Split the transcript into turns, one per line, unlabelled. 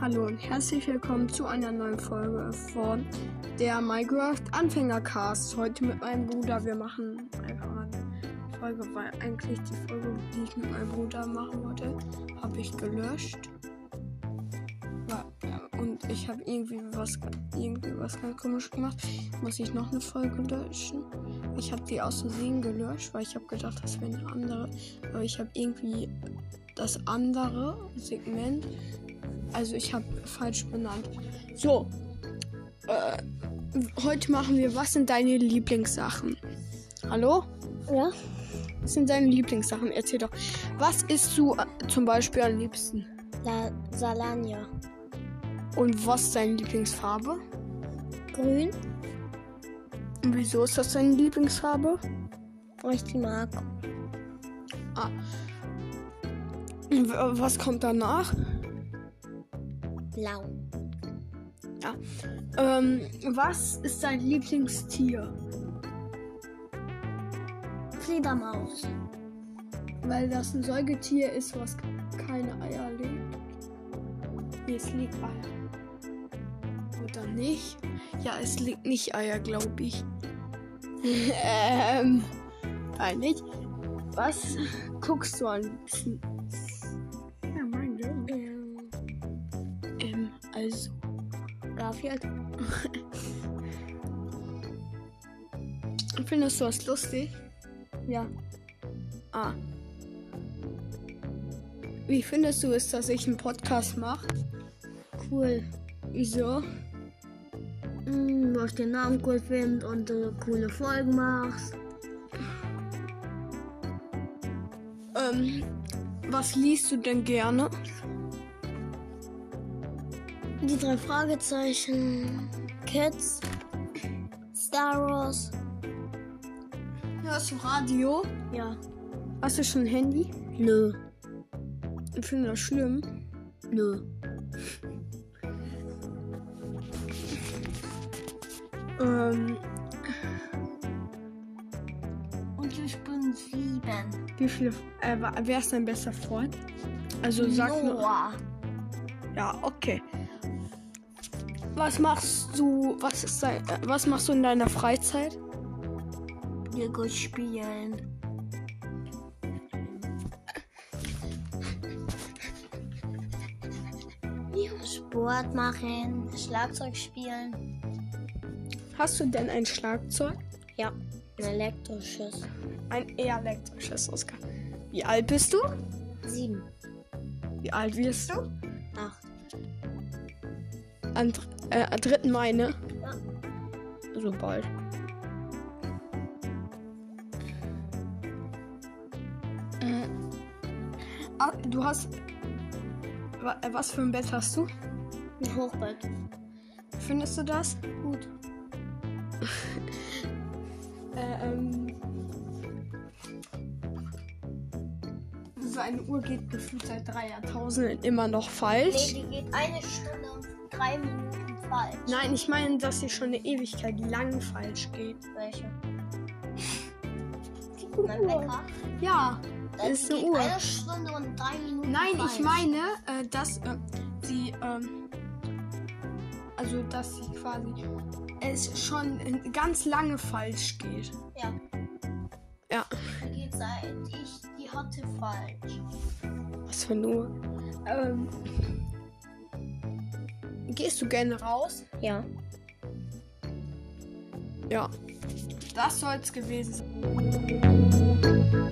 Hallo und herzlich willkommen zu einer neuen Folge von der Minecraft Anfängercast. Heute mit meinem Bruder. Wir machen einfach mal eine Folge, weil eigentlich die Folge, die ich mit meinem Bruder machen wollte, habe ich gelöscht. Wa- ja, Und ich habe irgendwie was, irgendwie was ganz komisch gemacht. Muss ich noch eine Folge löschen? Ich habe die aus Versehen gelöscht, weil ich habe gedacht, das wäre eine andere. Aber ich habe irgendwie das andere Segment also ich habe falsch benannt. So. Äh, heute machen wir, was sind deine Lieblingssachen? Hallo?
Ja,
Was sind deine Lieblingssachen? Erzähl doch. Was isst du äh, zum Beispiel am liebsten?
La Salania.
Und was ist deine Lieblingsfarbe?
Grün,
Und wieso ist das deine Lieblingsfarbe?
weil ich die mag.
Und w- äh, was kommt danach?
Blau.
Ähm, was ist dein Lieblingstier?
Fledermaus.
Weil das ein Säugetier ist, was keine Eier legt. Nee, es legt Eier. Oder nicht? Ja, es legt nicht Eier, glaube ich. ähm, nein, nicht. Was guckst du am liebsten? Ja, mein Gott.
Ähm,
Ähm, also,
Garfield.
findest du das lustig?
Ja.
Ah. Wie findest du es, dass ich einen Podcast mache?
Cool.
Wieso?
Mm, weil ich den Namen cool finde und du coole Folgen machst.
Ähm, was liest du denn gerne?
Die drei Fragezeichen. Kids. Star Wars.
Hörst du Radio?
Ja.
Hast du schon ein Handy?
Nö.
Ich finde das schlimm.
Nö.
Ähm,
Und ich bin sieben.
wie viele. Äh, wa- wer ist dein bester Freund? Also sag nur.
Noah.
Ja, okay. Was machst du? Was ist dein, äh, Was machst du in deiner Freizeit?
Lego spielen. Sport machen, Schlagzeug spielen.
Hast du denn ein Schlagzeug?
Ja, ein elektrisches.
Ein eher elektrisches, Oskar. Wie alt bist du?
Sieben,
Wie alt wirst du?
acht.
Am dr äh, am 3. Mai, ne?
Ja.
So bald. Äh, ah, du hast. Wa äh, was für ein Bett hast du?
Ein Hochbett.
Findest du das?
Gut.
Äh, ähm. So eine Uhr geht gefühlt seit drei Jahrtausenden immer noch falsch.
Nee, die geht eine Stunde und drei Minuten falsch.
Nein, ich meine, dass sie schon eine Ewigkeit lang falsch geht.
Welche? Mein Wecker.
Ja,
Äh,
ist
die
eine
geht
Uhr.
Eine Stunde und drei Minuten
Nein,
falsch.
ich meine, äh, dass äh, sie, ähm, also dass sie quasi es schon äh, ganz lange falsch geht.
Ja.
Ja.
Die geht seit ich die hatte falsch.
Was für nur. Ähm, gehst du gerne raus?
Ja.
Ja. Das soll's gewesen sein.